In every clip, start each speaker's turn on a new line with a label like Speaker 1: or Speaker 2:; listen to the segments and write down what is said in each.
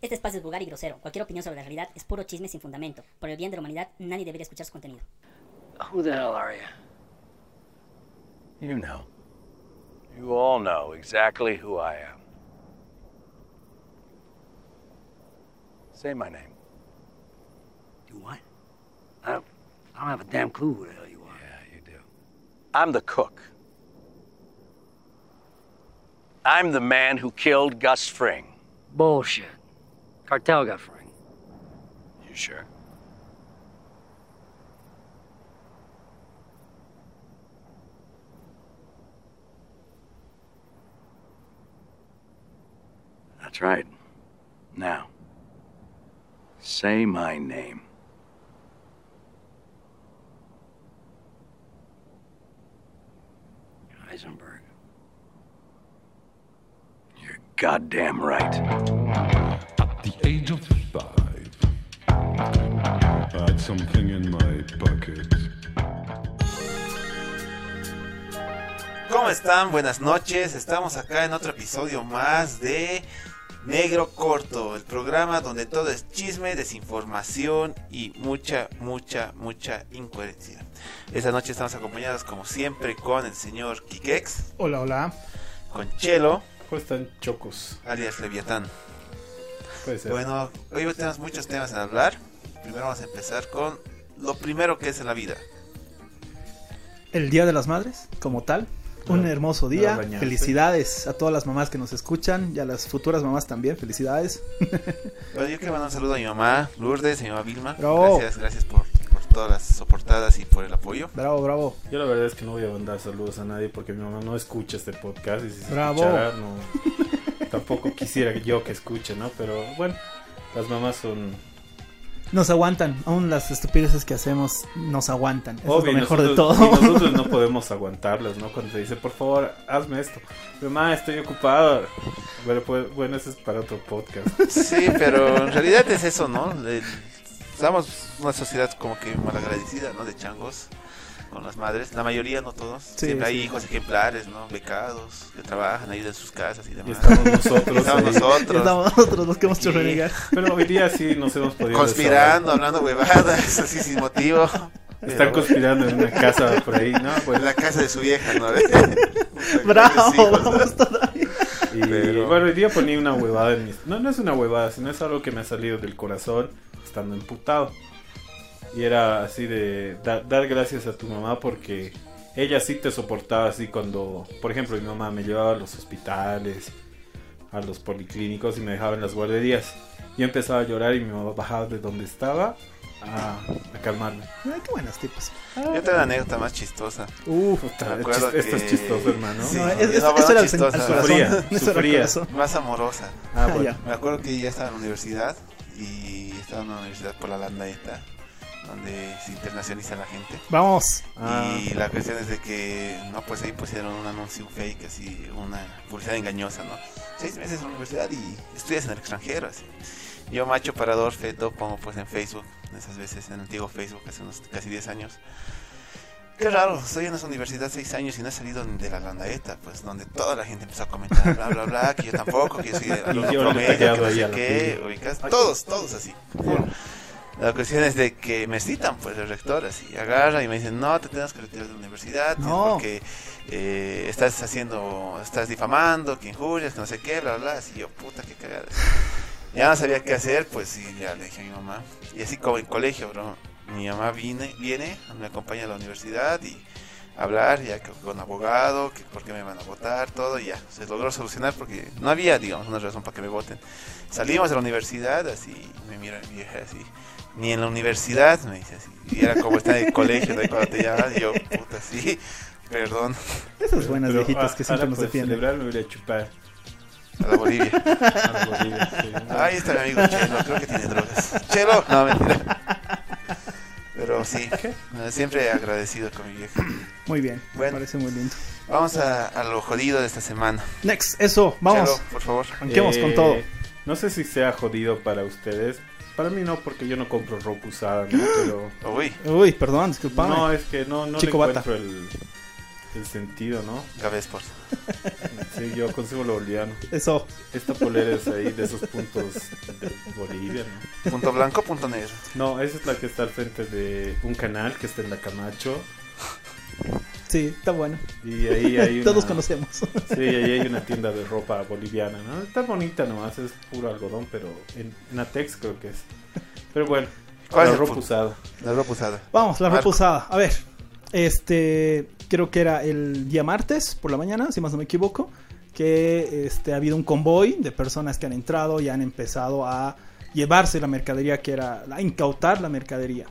Speaker 1: Este espacio es vulgar y grosero. Cualquier opinión sobre la realidad es puro chisme sin fundamento. Por el bien de la humanidad, nadie debería escuchar su contenido.
Speaker 2: Who the hell are you?
Speaker 3: You know.
Speaker 2: You all know exactly who I am.
Speaker 3: Say my name.
Speaker 2: You what? I don't, I don't have a damn clue who the hell you are.
Speaker 3: Yeah, you do. I'm the cook. I'm the man who killed Gus Fring.
Speaker 2: Bullshit. Cartel got Frank.
Speaker 3: You sure? That's right. Now, say my name.
Speaker 2: Heisenberg.
Speaker 3: You're goddamn right.
Speaker 4: At the age of five, I had something in my pocket.
Speaker 5: ¿Cómo están? Buenas noches. Estamos acá en otro episodio más de Negro Corto, el programa donde todo es chisme, desinformación y mucha, mucha, mucha incoherencia. Esta noche estamos acompañados como siempre con el señor Kikex,
Speaker 6: Hola, hola.
Speaker 5: con Chelo,
Speaker 6: ¿Cómo están, chocos?
Speaker 5: alias Leviatán.
Speaker 6: Puede ser.
Speaker 5: Bueno, hoy tenemos muchos temas a hablar. Primero vamos a empezar con lo primero que es en la vida.
Speaker 6: El Día de las Madres, como tal. Un
Speaker 7: Lo-
Speaker 6: hermoso
Speaker 7: lo
Speaker 6: día.
Speaker 7: dañaste.
Speaker 6: Felicidades a todas las mamás que nos escuchan y a las futuras mamás también. Felicidades.
Speaker 5: Bueno, Pues yo quiero mandar un saludo a mi mamá Lourdes, a mi mamá Vilma.
Speaker 6: Bravo.
Speaker 5: Gracias, gracias por, por todas las soportadas y por el apoyo.
Speaker 6: Bravo, bravo.
Speaker 7: Yo la verdad es que no voy a mandar saludos a nadie porque mi mamá no escucha este podcast y si se
Speaker 6: Bravo.
Speaker 7: escuchara, no, tampoco quisiera yo que escuche, ¿no? Pero bueno, las mamás son...
Speaker 6: Nos aguantan. Aún las estupideces que hacemos nos aguantan. Eso
Speaker 7: Obvio,
Speaker 6: es lo mejor
Speaker 7: nosotros-
Speaker 6: de
Speaker 7: y
Speaker 6: todo.
Speaker 7: nosotros no podemos aguantarlas, ¿no? Cuando te dice, por favor, hazme esto. Mamá, estoy ocupado. Bueno, pues, bueno, eso es para otro podcast.
Speaker 5: Sí, pero en realidad es eso, ¿no? Le- Estamos una sociedad como que malagradecida, ¿no? De changos con las madres. La mayoría, no todos.
Speaker 6: Sí,
Speaker 5: Siempre hay
Speaker 6: sí.
Speaker 5: hijos ejemplares, ¿no? Becados, que trabajan, ayudan en sus casas y
Speaker 7: Y
Speaker 5: demás.
Speaker 7: estamos nosotros.
Speaker 5: Y estamos
Speaker 7: ahí.
Speaker 6: Y
Speaker 5: nosotros.
Speaker 6: estamos nosotros los que hemos hecho
Speaker 5: Sí.
Speaker 6: renegar.
Speaker 7: Pero hoy día sí nos hemos podido...
Speaker 5: Conspirando, hablando huevadas, así sin motivo.
Speaker 7: desahogar. Están conspirando en una casa por ahí, ¿no?
Speaker 5: Pero
Speaker 7: Bueno,
Speaker 5: En la casa de su vieja, ¿no?
Speaker 6: Bravo,
Speaker 5: Sí, o sea,
Speaker 6: vamos todavía.
Speaker 7: Y
Speaker 5: Pero-
Speaker 7: bueno, hoy día ponía una huevada en mis... No, no es una huevada, sino es algo que me ha salido del corazón estando emputado. Y era así de da- dar gracias a tu mamá porque ella sí te soportaba así cuando, por ejemplo, mi mamá me llevaba a los hospitales, a los policlínicos y me dejaba en las guarderías. Yo empezaba a llorar y mi mamá bajaba de donde estaba a, a calmarme.
Speaker 6: Ah, qué buenos tipos.
Speaker 5: Yo tengo una anécdota más chistosa.
Speaker 7: Uf,
Speaker 5: Me acuerdo
Speaker 7: esto es
Speaker 5: que-
Speaker 7: chistoso, hermano.
Speaker 5: Sí.
Speaker 6: No, es- es-
Speaker 5: No,
Speaker 6: eso era el,
Speaker 5: bueno,
Speaker 6: al
Speaker 5: chistosa.
Speaker 6: corazón.
Speaker 7: Sufría,
Speaker 6: Eso era el
Speaker 7: sufría.
Speaker 6: corazón.
Speaker 5: Más amorosa.
Speaker 7: Ah,
Speaker 6: Ah,
Speaker 7: bueno.
Speaker 6: ya.
Speaker 5: Me acuerdo que ya estaba en la universidad y estaba en la universidad por la landa esta, donde se internacionaliza la gente.
Speaker 6: Vamos.
Speaker 7: Ah.
Speaker 5: Y la cuestión es de que, no, pues ahí pusieron un anuncio fake, así, una publicidad engañosa, ¿no? Seis meses en la universidad y estudias en el extranjero, así. Yo, macho parador, feto, pongo pues en Facebook, en esas veces, en el antiguo Facebook, hace unos casi 10 años. Qué raro, estoy en esa universidad 6 años y no he salido ni de la landaeta, pues, donde toda la gente empezó a comentar, bla, bla, bla, que yo tampoco, que yo soy de alumno
Speaker 7: Y yo le he
Speaker 5: promedio, que
Speaker 7: pegado
Speaker 5: no
Speaker 7: ahí
Speaker 5: sé
Speaker 7: a la
Speaker 5: qué,
Speaker 7: pila.
Speaker 5: ubicas, todos, todos así. La cuestión es de que me citan, pues, el rector, así, agarra y me dicen, no, te tienes que retirar de la universidad, tienes-
Speaker 6: No.
Speaker 5: porque eh, estás haciendo, estás difamando, que injurias, que no sé qué, bla, bla, bla, así yo, puta, qué cagada. Ya no sabía qué hacer, pues sí, ya le dije a mi mamá. Y así como en colegio, bro, mi mamá viene, viene, me acompaña a la universidad y hablar, ya que con abogado, que por qué me van a votar, todo, y ya. Se logró solucionar porque no había, digamos, una razón para que me voten. Salimos de la universidad, así, me mira mi vieja así. Ni en la universidad, me dice así. Y era como está en el colegio, de ahí cuando te llaman, y yo, puta, sí, perdón,
Speaker 6: Esas buenas
Speaker 7: Pero,
Speaker 6: viejitas
Speaker 7: ah,
Speaker 6: que siempre
Speaker 7: ahora
Speaker 6: nos
Speaker 7: por
Speaker 6: defienden.
Speaker 7: celebrar me voy a ir a chupar.
Speaker 5: a la Bolivia.
Speaker 7: algo horrible, sí.
Speaker 5: Ahí está mi amigo Chelo, creo que tiene drogas. Chelo, no, mentira. Pero sí, eh, siempre agradecido con mi vieja.
Speaker 6: Muy bien.
Speaker 5: Bueno.
Speaker 6: Me parece muy lindo.
Speaker 5: Vamos a, a lo jodido de esta semana.
Speaker 6: Next, eso. Vamos.
Speaker 5: Chelo, por favor.
Speaker 6: Arranquemos con
Speaker 7: Eh,
Speaker 6: todo.
Speaker 7: No sé si sea jodido para ustedes. Para mí no, porque yo no compro ropa usada, ¿no? Pero.
Speaker 5: Uy,
Speaker 6: Uy, perdón, disculpame.
Speaker 7: No, es que no, no le
Speaker 6: Chico bata.
Speaker 7: encuentro el, el sentido, ¿no?
Speaker 5: Gabe Sport.
Speaker 7: Sí, yo consigo lo boliviano.
Speaker 6: Eso.
Speaker 7: Esta polera es ahí de esos puntos de Bolivia, ¿no?
Speaker 5: Punto blanco, punto negro.
Speaker 7: No, esa es la que está al frente de un canal que está en la Camacho.
Speaker 6: Sí, está bueno.
Speaker 7: Y ahí hay una...
Speaker 6: Todos conocemos.
Speaker 7: Sí, ahí hay una tienda de ropa boliviana, ¿no? Está bonita nomás, es puro algodón, pero en Natex creo que es. Pero bueno,
Speaker 5: ¿Cuál
Speaker 7: la
Speaker 5: es el
Speaker 7: ropa
Speaker 5: punto?
Speaker 7: usada.
Speaker 5: La ropa usada.
Speaker 6: Vamos, la
Speaker 5: Marco.
Speaker 6: ropa usada. A ver, este, creo que era el día martes por la mañana, si más no me equivoco, que este, ha habido un convoy de personas que han entrado y han empezado a llevarse la mercadería que era, a incautar la mercadería.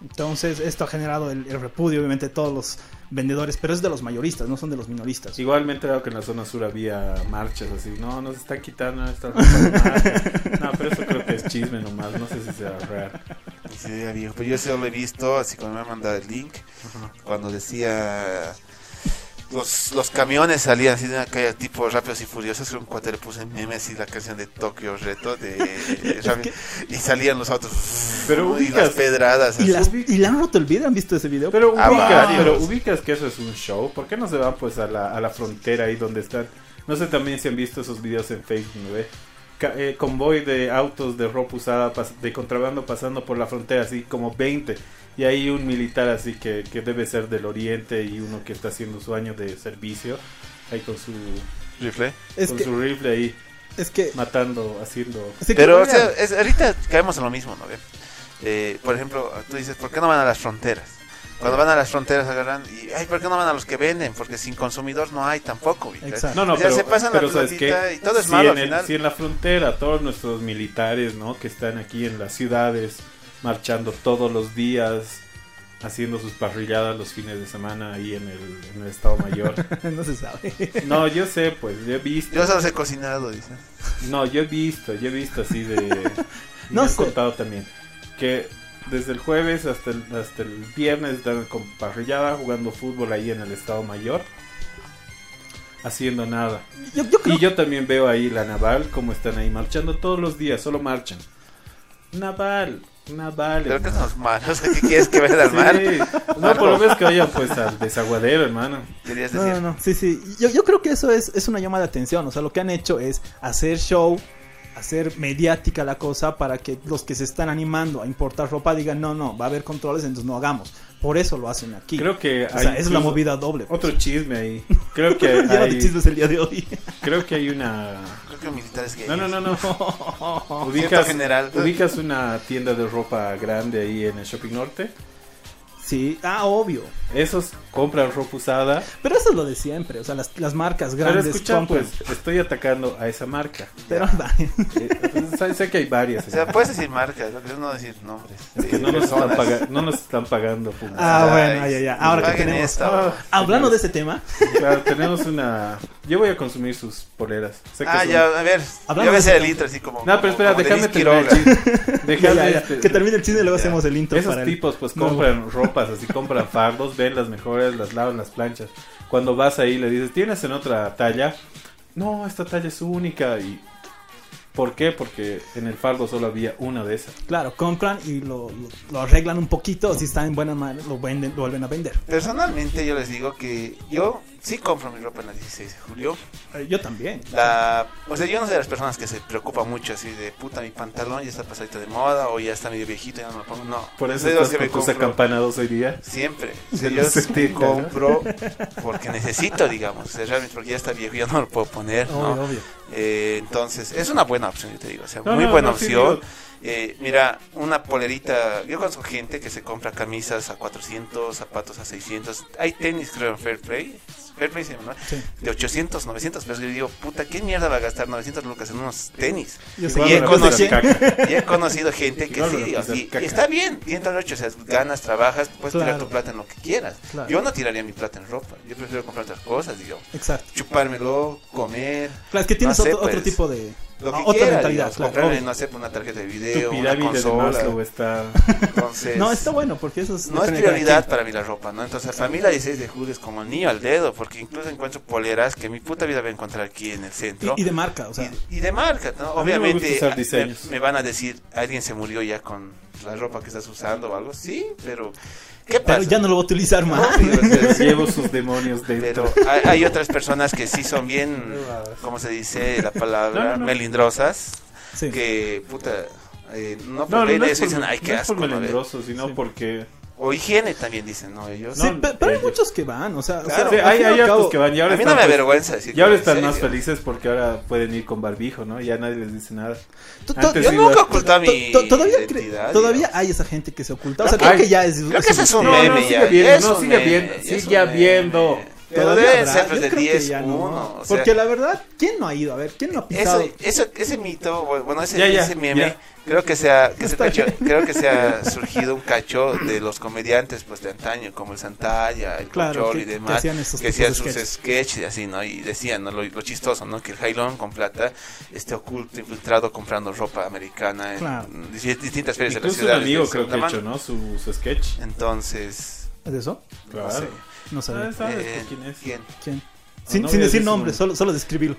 Speaker 6: Entonces, esto ha generado el, el repudio, obviamente, de todos los vendedores, pero es de los mayoristas, no son de los minoristas.
Speaker 7: Igualmente veo que en la zona sur había marchas así, no, nos están quitando esta ropa de marca. No, pero eso creo que es chisme nomás, no sé si sea real.
Speaker 5: Y se veía viejo. Pero pues yo eso lo he visto, así como me han mandado el link, cuando decía... Los, los camiones salían así de una calle tipo Rápidos y Furiosos, creo que un cuate le puse meme así la canción de Tokio Reto de, Rápido- y salían los autos
Speaker 7: Pero
Speaker 5: y las
Speaker 7: ubicas-
Speaker 5: pedradas
Speaker 6: Y,
Speaker 5: así.
Speaker 6: las- y le han roto el video, ¿han visto ese video?
Speaker 7: Pero
Speaker 5: Ah,
Speaker 7: ubicas,
Speaker 5: varios.
Speaker 7: pero ubicas que eso es un show. ¿Por qué no se van pues a la, a la frontera ahí donde están? No sé también si han visto esos videos en Facebook, ¿no ve? Ca- eh, convoy de autos de ropa usada pas- de contrabando pasando por la frontera, así como 20. Y hay un militar así que, que debe ser del oriente y uno que está haciendo su año de servicio. Ahí con su,
Speaker 5: Rifle.
Speaker 6: es,
Speaker 7: con
Speaker 6: que,
Speaker 7: su rifle ahí
Speaker 6: es que...
Speaker 7: matando, haciendo...
Speaker 6: sí,
Speaker 5: Pero
Speaker 6: que-
Speaker 5: o sea, es- ahorita caemos en lo mismo, ¿no? ve? Eh, por ejemplo, tú dices, ¿por qué no van a las fronteras? Cuando van a las fronteras agarran y, ay, ¿por qué no van a los que venden? Porque sin consumidor no hay tampoco. ubicas.
Speaker 6: Exacto.
Speaker 7: No, no,
Speaker 5: O sea,
Speaker 7: pero,
Speaker 5: se pasan la
Speaker 7: pero ¿sabes
Speaker 5: pelotita
Speaker 7: qué?
Speaker 5: y todo es
Speaker 7: si
Speaker 5: malo
Speaker 7: en
Speaker 5: al
Speaker 7: el-
Speaker 5: final.
Speaker 7: si en la frontera, todos nuestros militares, ¿no? Que están aquí en las ciudades, marchando todos los días, haciendo sus parrilladas los fines de semana ahí en el, en el Estado Mayor.
Speaker 6: no se sabe.
Speaker 7: no, yo sé, pues, yo he visto.
Speaker 5: Yo solo sé cocinado, dice.
Speaker 7: No, yo he visto, yo he visto así de...
Speaker 6: No
Speaker 7: me han
Speaker 6: sé.
Speaker 7: contado también. Que desde el jueves hasta el, hasta el viernes están con parrillada jugando fútbol ahí en el Estado Mayor. Haciendo nada.
Speaker 6: Yo, yo creo
Speaker 7: Y yo también veo ahí la Naval, como están ahí marchando todos los días, solo marchan. Naval, Naval.
Speaker 5: Pero que
Speaker 7: hermano.
Speaker 5: somos malos. ¿Qué quieres que vayan al mar?
Speaker 7: Sí. No, por lo menos que vayan pues al desaguadero, hermano.
Speaker 5: Querías
Speaker 6: No,
Speaker 5: decir.
Speaker 6: no, no, sí, sí. Yo, yo creo que eso es, es una llamada de atención. O sea, lo que han hecho es hacer show, hacer mediática la cosa para que los que se están animando a importar ropa digan, no, no, va a haber controles, entonces no hagamos. Por eso lo hacen aquí.
Speaker 7: Creo que
Speaker 6: o sea,
Speaker 7: hay
Speaker 6: es la
Speaker 7: incluso
Speaker 6: movida doble. pues.
Speaker 7: Otro chisme ahí. Creo que
Speaker 6: Lleno de
Speaker 7: hay,
Speaker 6: chismes el día de hoy.
Speaker 7: creo que hay una...
Speaker 5: Creo que militares gays.
Speaker 7: No, no, no, no.
Speaker 5: Siento
Speaker 7: Ubicas,
Speaker 5: general.
Speaker 7: ubicas una tienda de ropa grande ahí en el Shopping Norte.
Speaker 6: sí, ah, obvio.
Speaker 7: Esos compran ropa usada.
Speaker 6: Pero eso es lo de siempre. O sea, las, las marcas
Speaker 7: Pero
Speaker 6: grandes
Speaker 7: escucha,
Speaker 6: compran.
Speaker 7: pues, estoy atacando a esa marca.
Speaker 6: Pero
Speaker 7: Eh, sé- sé que hay varias.
Speaker 5: O sea, puedes decir marcas, lo que es no decir nombres.
Speaker 7: Que no, nos están
Speaker 5: Personas.
Speaker 7: paga- no nos están pagando pues. publicidad.
Speaker 6: Ah, bueno, ya, ya. Ahora que
Speaker 5: Paguen
Speaker 6: tenemos.
Speaker 5: esta,
Speaker 7: Ah,
Speaker 6: Hablando de ese tema,
Speaker 7: Claro, tenemos una. Yo voy a consumir sus poleras. Sé que
Speaker 5: Ah,
Speaker 7: son-
Speaker 5: ya, a ver.
Speaker 6: Hablando
Speaker 5: yo voy a hacer
Speaker 6: de-
Speaker 5: el intro así como.
Speaker 7: No, pero espera,
Speaker 5: como de
Speaker 7: déjame
Speaker 5: Liz
Speaker 7: terminar el
Speaker 5: Quiroga.
Speaker 7: chiste.
Speaker 6: ya,
Speaker 7: Déjame.
Speaker 6: ya, ya.
Speaker 7: este-
Speaker 6: que termine el cine y luego
Speaker 5: Ya.
Speaker 6: hacemos el intro
Speaker 7: Esos
Speaker 6: para el-
Speaker 7: tipos, pues
Speaker 6: nuevo.
Speaker 7: compran ropas, así compran fardos, ven las mejores, las lavan, las planchas. Cuando vas ahí, le dices, ¿tienes en otra talla? No, esta talla es única. ¿Y por qué? Porque en el fardo solo había una de esas.
Speaker 6: Claro, compran y lo, lo- lo arreglan un poquito. Si está en buena mano, lo, venden, lo vuelven a vender.
Speaker 5: Personalmente, yo les digo que yo sí compro mi ropa en la 16 de julio.
Speaker 6: Eh, Yo también.
Speaker 5: La, o sea, yo no soy de las personas que se preocupa mucho así de puta, mi pantalón ya está pasadito de moda o ya está medio viejito, ya no me lo pongo. No,
Speaker 7: Por eso
Speaker 5: soy de los
Speaker 7: estás
Speaker 5: que me
Speaker 7: con tus
Speaker 5: compro
Speaker 7: acampanados hoy día.
Speaker 5: siempre. O sea,
Speaker 7: de
Speaker 5: yo
Speaker 7: los 70, ¿no?
Speaker 5: compro porque necesito, digamos. O sea, realmente porque ya está viejo, ya no lo puedo poner.
Speaker 6: Obvio,
Speaker 5: ¿no?
Speaker 6: obvio.
Speaker 5: Eh, entonces, es una buena opción, yo te digo. O sea,
Speaker 7: No,
Speaker 5: muy
Speaker 7: no,
Speaker 5: buena
Speaker 7: no, sí,
Speaker 5: opción.
Speaker 7: digo-
Speaker 5: Eh, mira, una polerita. Yo conozco gente que se compra camisas a 400, zapatos a 600. Hay tenis, creo, en Fair Play. Fair Play se llama, ¿no?
Speaker 6: Sí.
Speaker 5: De 800, 900 pesos. Yo digo, puta, ¿qué mierda va a gastar 900 lucas en unos tenis?
Speaker 6: Yo sé,
Speaker 7: Igual
Speaker 5: y
Speaker 6: yo
Speaker 5: he
Speaker 7: me la
Speaker 5: conocido-
Speaker 6: sé quién.
Speaker 7: pisan caca.
Speaker 5: Y he conocido gente que
Speaker 7: Igual me
Speaker 5: sí,
Speaker 7: la
Speaker 5: digo,
Speaker 6: pues,
Speaker 7: pisan
Speaker 5: y- y
Speaker 7: caca.
Speaker 5: está bien, tiene todo el hecho, o sea, ganas, trabajas, puedes tirar
Speaker 6: Claro.
Speaker 5: tu plata en lo que quieras.
Speaker 6: Claro.
Speaker 5: Yo no tiraría mi plata en ropa, yo prefiero comprar otras cosas, digo,
Speaker 6: Exacto.
Speaker 5: chupármelo, comer,
Speaker 6: Claro, es que tienes
Speaker 5: No sé,
Speaker 6: otro, otro
Speaker 5: pues,
Speaker 6: tipo de.
Speaker 5: lo que
Speaker 6: otra
Speaker 5: quiera,
Speaker 6: mentalidad,
Speaker 5: digamos,
Speaker 6: claro.
Speaker 5: comprarme,
Speaker 6: obvio.
Speaker 5: no sé, una tarjeta de
Speaker 7: Tu
Speaker 5: video, una
Speaker 7: pirámide de Maslow
Speaker 5: consola,
Speaker 7: está.
Speaker 5: entonces...
Speaker 6: No, está bueno porque eso es.
Speaker 5: no es
Speaker 6: depende de cada
Speaker 5: prioridad
Speaker 6: quien.
Speaker 5: para mí la ropa, ¿no? Entonces, para mí la 16 de julio es como el niño al dedo, porque incluso encuentro poleras que mi puta vida voy a encontrar aquí en el centro.
Speaker 6: Y, y de marca, o sea.
Speaker 5: y, y de marca, ¿no?
Speaker 7: A mí no me gusta
Speaker 5: Obviamente
Speaker 7: usar
Speaker 5: a- me,
Speaker 7: diseños.
Speaker 5: me van a decir, alguien se murió ya con pues, la ropa que estás usando o algo. Sí, pero ¿qué pasa?
Speaker 6: Pero ya no lo voy a utilizar más.
Speaker 5: Obvio, o sea, sí,
Speaker 7: Llevo sus demonios dentro.
Speaker 5: pero hay, hay otras personas que sí son bien, ¿cómo se dice la palabra?
Speaker 7: No, no, no.
Speaker 5: Melindrosas.
Speaker 6: Sí.
Speaker 5: que puta eh, no,
Speaker 7: No,
Speaker 5: por
Speaker 7: no,
Speaker 5: ver
Speaker 7: no es
Speaker 5: eso
Speaker 7: por,
Speaker 5: dicen ay
Speaker 7: no
Speaker 5: qué
Speaker 7: es
Speaker 5: asco
Speaker 7: por
Speaker 5: no ver".
Speaker 7: melindroso, sino
Speaker 6: Sí.
Speaker 7: porque...
Speaker 5: o higiene también dicen no ellos
Speaker 6: Sí,
Speaker 7: No,
Speaker 6: pe- pero hay
Speaker 7: ellos.
Speaker 6: muchos que van, o sea, o
Speaker 5: Claro,
Speaker 6: sea,
Speaker 7: Sí,
Speaker 6: al
Speaker 7: hay,
Speaker 6: fin y al
Speaker 7: hay
Speaker 6: cabo-
Speaker 7: otros que van y ahora
Speaker 5: a mí no
Speaker 7: están,
Speaker 5: me
Speaker 7: pues,
Speaker 5: avergüenza decir
Speaker 7: Ya ahora
Speaker 5: en
Speaker 7: están más
Speaker 5: serio.
Speaker 7: felices porque ahora pueden ir con barbijo, ¿no? Ya nadie les dice nada.
Speaker 6: to- to-
Speaker 7: Antes
Speaker 5: yo
Speaker 7: sí,
Speaker 5: nunca
Speaker 7: ¿verdad?
Speaker 5: ocultaba mi
Speaker 6: to- to- Todavía, cre-
Speaker 5: identidad
Speaker 6: todavía
Speaker 5: digamos.
Speaker 6: hay esa gente que se oculta. O sea,
Speaker 7: Creo
Speaker 6: creo
Speaker 7: que-
Speaker 6: que ya es.
Speaker 5: creo que ese es un
Speaker 7: No, no,
Speaker 5: meme
Speaker 7: sigue
Speaker 5: ya
Speaker 7: viendo,
Speaker 5: es
Speaker 7: no,
Speaker 5: un
Speaker 7: sigue
Speaker 5: meme,
Speaker 7: viendo,
Speaker 5: es un
Speaker 7: sigue
Speaker 5: meme.
Speaker 7: viendo.
Speaker 5: pero
Speaker 6: Todavía
Speaker 5: deben
Speaker 6: habrá,
Speaker 5: ser pues,
Speaker 6: yo
Speaker 5: de
Speaker 6: creo que
Speaker 5: 10
Speaker 6: ya no.
Speaker 5: 1 o sea,
Speaker 6: Porque la verdad, ¿quién no ha ido? A ver, ¿quién no ha pisado?
Speaker 5: eso, eso- ese mito, bueno, ese,
Speaker 7: Ya, ya,
Speaker 5: ese meme,
Speaker 7: ya.
Speaker 5: creo que se ha, que se
Speaker 6: Está
Speaker 5: cacho-
Speaker 6: bien.
Speaker 5: creo que se ha surgido un cacho de los comediantes pues de antaño, como el Santalla, el
Speaker 6: Claro,
Speaker 5: Conchol
Speaker 6: que-
Speaker 5: y
Speaker 6: que
Speaker 5: demás,
Speaker 6: hacían esos
Speaker 5: que
Speaker 6: tipos
Speaker 5: hacían
Speaker 6: de
Speaker 5: sus
Speaker 6: sketches.
Speaker 5: sketches y así, ¿no? Y decían, ¿no? Lo, lo chistoso, ¿no? Que el Jailón con plata esté oculto, infiltrado, comprando ropa americana en
Speaker 6: Claro.
Speaker 5: dis- distintas ferias de la
Speaker 7: Incluso un
Speaker 5: ciudad.
Speaker 7: amigo
Speaker 5: les-
Speaker 7: creo
Speaker 5: la
Speaker 7: que ha
Speaker 5: mano.
Speaker 7: hecho, ¿no? Su, su sketch.
Speaker 5: Entonces,
Speaker 6: ¿Es eso?
Speaker 7: Claro.
Speaker 5: sé.
Speaker 6: No
Speaker 7: Ah,
Speaker 6: sabía.
Speaker 7: ¿Sabes
Speaker 5: eh,
Speaker 7: quién es?
Speaker 5: ¿quién?
Speaker 6: ¿Quién? Sin,
Speaker 7: no
Speaker 6: sin
Speaker 7: voy
Speaker 6: decir
Speaker 7: a decir su
Speaker 6: nombre,
Speaker 7: nombre.
Speaker 6: solo, solo describirlo.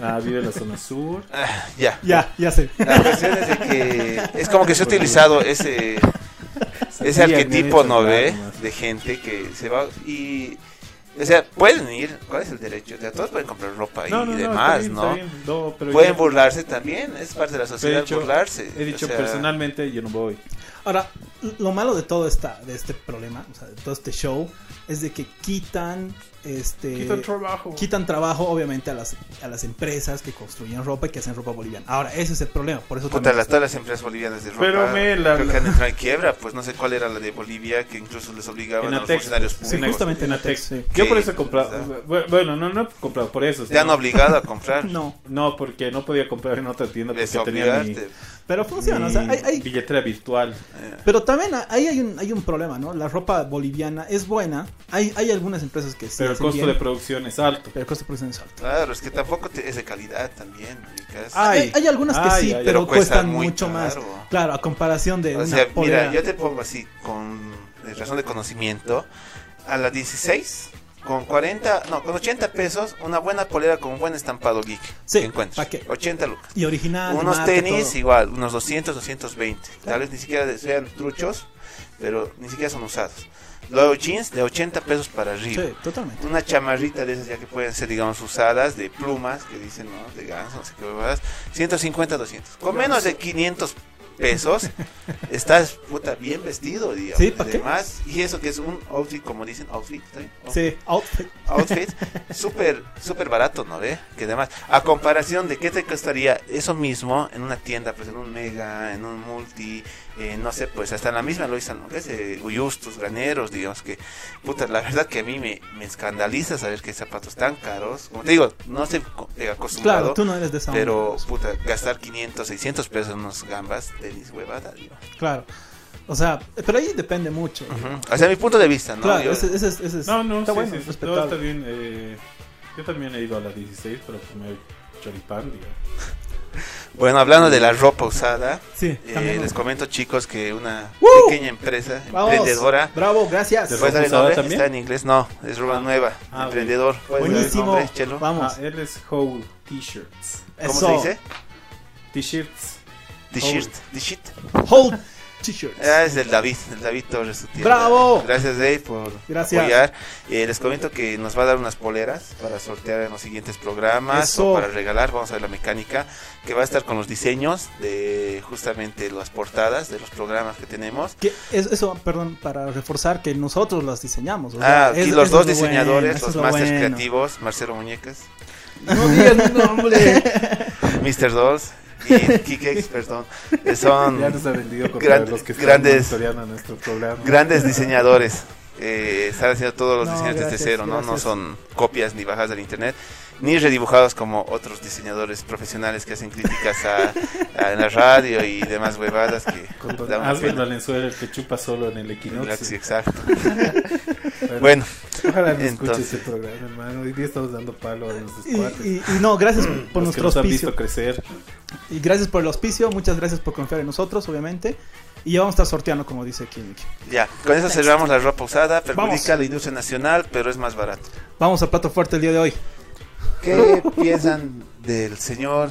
Speaker 7: Ah, vive en la zona sur.
Speaker 5: Ah, ya.
Speaker 6: Ya, ya sé.
Speaker 5: La cuestión es de que es como que se ha utilizado ese ese arquetipo no ve de gente que se va y o sea pueden ir cuál es el derecho o sea, todos pueden comprar ropa y,
Speaker 7: No, no, no,
Speaker 5: demás
Speaker 7: está bien,
Speaker 5: no
Speaker 7: está bien. No, pero
Speaker 5: pueden
Speaker 7: yo-
Speaker 5: burlarse también es parte de la sociedad
Speaker 7: He dicho-
Speaker 5: burlarse
Speaker 7: He dicho
Speaker 5: o sea,
Speaker 7: personalmente, yo no voy.
Speaker 6: Ahora, lo malo de todo esta, de este problema, o sea, de todo este show, es de que quitan este
Speaker 7: trabajo.
Speaker 6: quitan trabajo obviamente a las a las empresas que construyen ropa y que hacen ropa boliviana. Ahora, ese es el problema, por eso
Speaker 5: Puta,
Speaker 6: también
Speaker 5: las, todas las empresas bolivianas de ropa
Speaker 7: Pero me la-
Speaker 5: creo que han entrado en quiebra, pues no sé cuál era la de Bolivia que incluso les obligaban a los
Speaker 7: Enatex.
Speaker 5: funcionarios
Speaker 7: Sí,
Speaker 5: públicos.
Speaker 6: justamente en Atex,
Speaker 7: Atex.
Speaker 6: sí.
Speaker 7: Yo por
Speaker 5: Sí,
Speaker 7: eso he comprado. Bueno, no, no he comprado por eso.
Speaker 5: Te han
Speaker 7: sino-
Speaker 5: obligado a comprar,
Speaker 6: no,
Speaker 7: No, porque no podía comprar en otra tienda
Speaker 5: les
Speaker 7: porque tenía mi,
Speaker 5: obligaste.
Speaker 6: pero funciona, o sea,
Speaker 7: mi
Speaker 6: hay, hay-
Speaker 7: billetera virtual.
Speaker 6: pero también ahí hay un, hay un problema, ¿no? La ropa boliviana es buena, hay, hay algunas empresas que sí
Speaker 7: pero el
Speaker 6: hacen
Speaker 7: costo
Speaker 6: bien,
Speaker 7: de producción es alto.
Speaker 6: pero el costo de producción es alto.
Speaker 5: Claro, es que tampoco te- es de calidad también. ubicas.
Speaker 7: Ay,
Speaker 6: hay, hay algunas que
Speaker 7: ay,
Speaker 6: sí,
Speaker 7: ay,
Speaker 6: pero
Speaker 5: pero cuestan
Speaker 6: cuestan
Speaker 5: muy
Speaker 6: mucho más.
Speaker 5: caro.
Speaker 6: Claro, a comparación de
Speaker 5: O
Speaker 6: una
Speaker 5: sea,
Speaker 6: polera.
Speaker 5: mira, yo te pongo así, con de razón de conocimiento, a las 16, con 40, no, con 80 pesos, una buena polera con un buen estampado geek.
Speaker 6: Sí,
Speaker 5: que encuentras.
Speaker 6: ¿pa' qué?
Speaker 5: 80 lucas.
Speaker 6: Y original. de
Speaker 5: Unos
Speaker 6: marca,
Speaker 5: tenis
Speaker 6: todo.
Speaker 5: igual, unos 200, 220. Tal vez ni siquiera de- sean truchos, pero ni siquiera son usados. Luego jeans de 80 pesos para arriba.
Speaker 6: Sí, totalmente.
Speaker 5: Una chamarrita de esas ya que pueden ser, digamos, usadas, de plumas, que dicen, ¿no? De ganso, no sé qué huevadas. 150, 200. Con menos de 500 pesos, estás, puta, bien vestido, digamos.
Speaker 6: Sí, ¿pa' qué?
Speaker 5: Además, y eso que es un outfit, como dicen, outfit, ¿está bien?
Speaker 6: Sí, outfit.
Speaker 5: Outfit, súper, súper barato, ¿no ve? Que además, a comparación de qué te costaría eso mismo en una tienda, pues en un mega, en un multi, eh, no sé, pues hasta en la misma Loisa, ¿no? Que es eh, Uyustus, Graneros, digamos que, puta, la verdad que a mí me, me escandaliza saber que hay zapatos tan caros. Como te digo, no estoy co- eh, acostumbrado,
Speaker 6: Pues Claro, tú no eres de esa onda. pues,
Speaker 5: pero, puta, gastar 500, 600 pesos en unos gambas, tenis huevada, digo.
Speaker 6: Claro. O sea, pero ahí depende mucho.
Speaker 5: Ujú. O sea, mi punto de vista, ¿no?
Speaker 6: claro,
Speaker 5: Yo-
Speaker 6: ese, ese es- ese es-
Speaker 7: No, no,
Speaker 6: está
Speaker 7: sí,
Speaker 6: bueno,
Speaker 7: sí, sí,
Speaker 6: respetable.
Speaker 7: todo está bien. eh, yo también he ido a la 16 para comer choripán, digamos.
Speaker 5: Bueno, hablando de la ropa usada,
Speaker 6: Sí,
Speaker 5: Eh,
Speaker 6: también.
Speaker 5: les comento chicos que una
Speaker 6: ¡Woo!
Speaker 5: pequeña empresa
Speaker 6: Vamos.
Speaker 5: emprendedora
Speaker 6: Bravo, gracias.
Speaker 7: ¿De
Speaker 5: ¿Puedes dar el
Speaker 7: usada
Speaker 5: nombre?
Speaker 7: también?
Speaker 5: Está en inglés, no, es ropa nueva,
Speaker 7: ah,
Speaker 5: emprendedor. ¿Puedes dar el
Speaker 6: Buenísimo.
Speaker 5: nombre, Chelo?
Speaker 6: Vamos.
Speaker 7: Ah, eh, él es Howl T-shirts.
Speaker 5: ¿Cómo
Speaker 6: Eso.
Speaker 5: se dice?
Speaker 7: T-shirts.
Speaker 5: T-shirt, t-shirt.
Speaker 6: Hold t-shirts.
Speaker 7: Eh,
Speaker 5: Ah, es del David, del David Torres. su tienda.
Speaker 6: ¡Bravo!
Speaker 5: Gracias, Dave, por
Speaker 6: Gracias.
Speaker 5: apoyar. Eh, les comento que nos va a dar unas poleras para sortear en los siguientes programas
Speaker 6: Eso.
Speaker 5: o para regalar. Vamos a ver la mecánica que va a estar con los diseños de justamente las portadas de los programas que tenemos.
Speaker 6: Que es- eso, perdón, para reforzar que nosotros las diseñamos. o sea,
Speaker 5: Ah,
Speaker 6: es-
Speaker 5: y los
Speaker 6: eso
Speaker 5: dos
Speaker 6: es lo bueno,
Speaker 5: diseñadores,
Speaker 6: eso es
Speaker 5: los
Speaker 6: lo
Speaker 5: masters
Speaker 6: bueno.
Speaker 5: creativos, Marcelo Muñecas,
Speaker 6: No digas mi nombre.
Speaker 5: Mr. Dolls y Kike, perdón, eh, son
Speaker 7: Ya nos ha vendido con
Speaker 5: Gran-
Speaker 7: los que
Speaker 5: grandes-
Speaker 7: están monitoreando nuestro programa.
Speaker 5: grandes diseñadores. Eh, están haciendo todos los
Speaker 6: No,
Speaker 5: diseños desde
Speaker 6: gracias,
Speaker 5: cero, ¿no? No
Speaker 6: gracias.
Speaker 5: son copias ni bajadas del internet, ni redibujados como otros diseñadores profesionales que hacen críticas a, a- en la radio y demás huevadas que
Speaker 7: Con don
Speaker 5: dan
Speaker 7: Albert
Speaker 5: pena.
Speaker 7: Valenzuela, el que chupa solo en el Equinox.
Speaker 5: Sí, exacto. Bueno,
Speaker 7: Ojalá no escuche
Speaker 5: Entonces-
Speaker 7: ese programa, hermano. Hoy día estamos dando palo a nuestros
Speaker 6: Y,
Speaker 7: cuates.
Speaker 6: y- y no, gracias por
Speaker 7: Mm, Los que
Speaker 6: nuestro
Speaker 7: nos han
Speaker 6: auspicio.
Speaker 7: visto crecer.
Speaker 6: Y gracias por el auspicio, muchas gracias por confiar en nosotros, obviamente. Y ya vamos a estar sorteando, como dice Kimik.
Speaker 5: ya, con eso cerramos la ropa usada, perjudica
Speaker 6: Vamos.
Speaker 5: a la industria nacional, pero es más barato.
Speaker 6: Vamos al plato fuerte el día de hoy.
Speaker 5: ¿Qué piensan del señor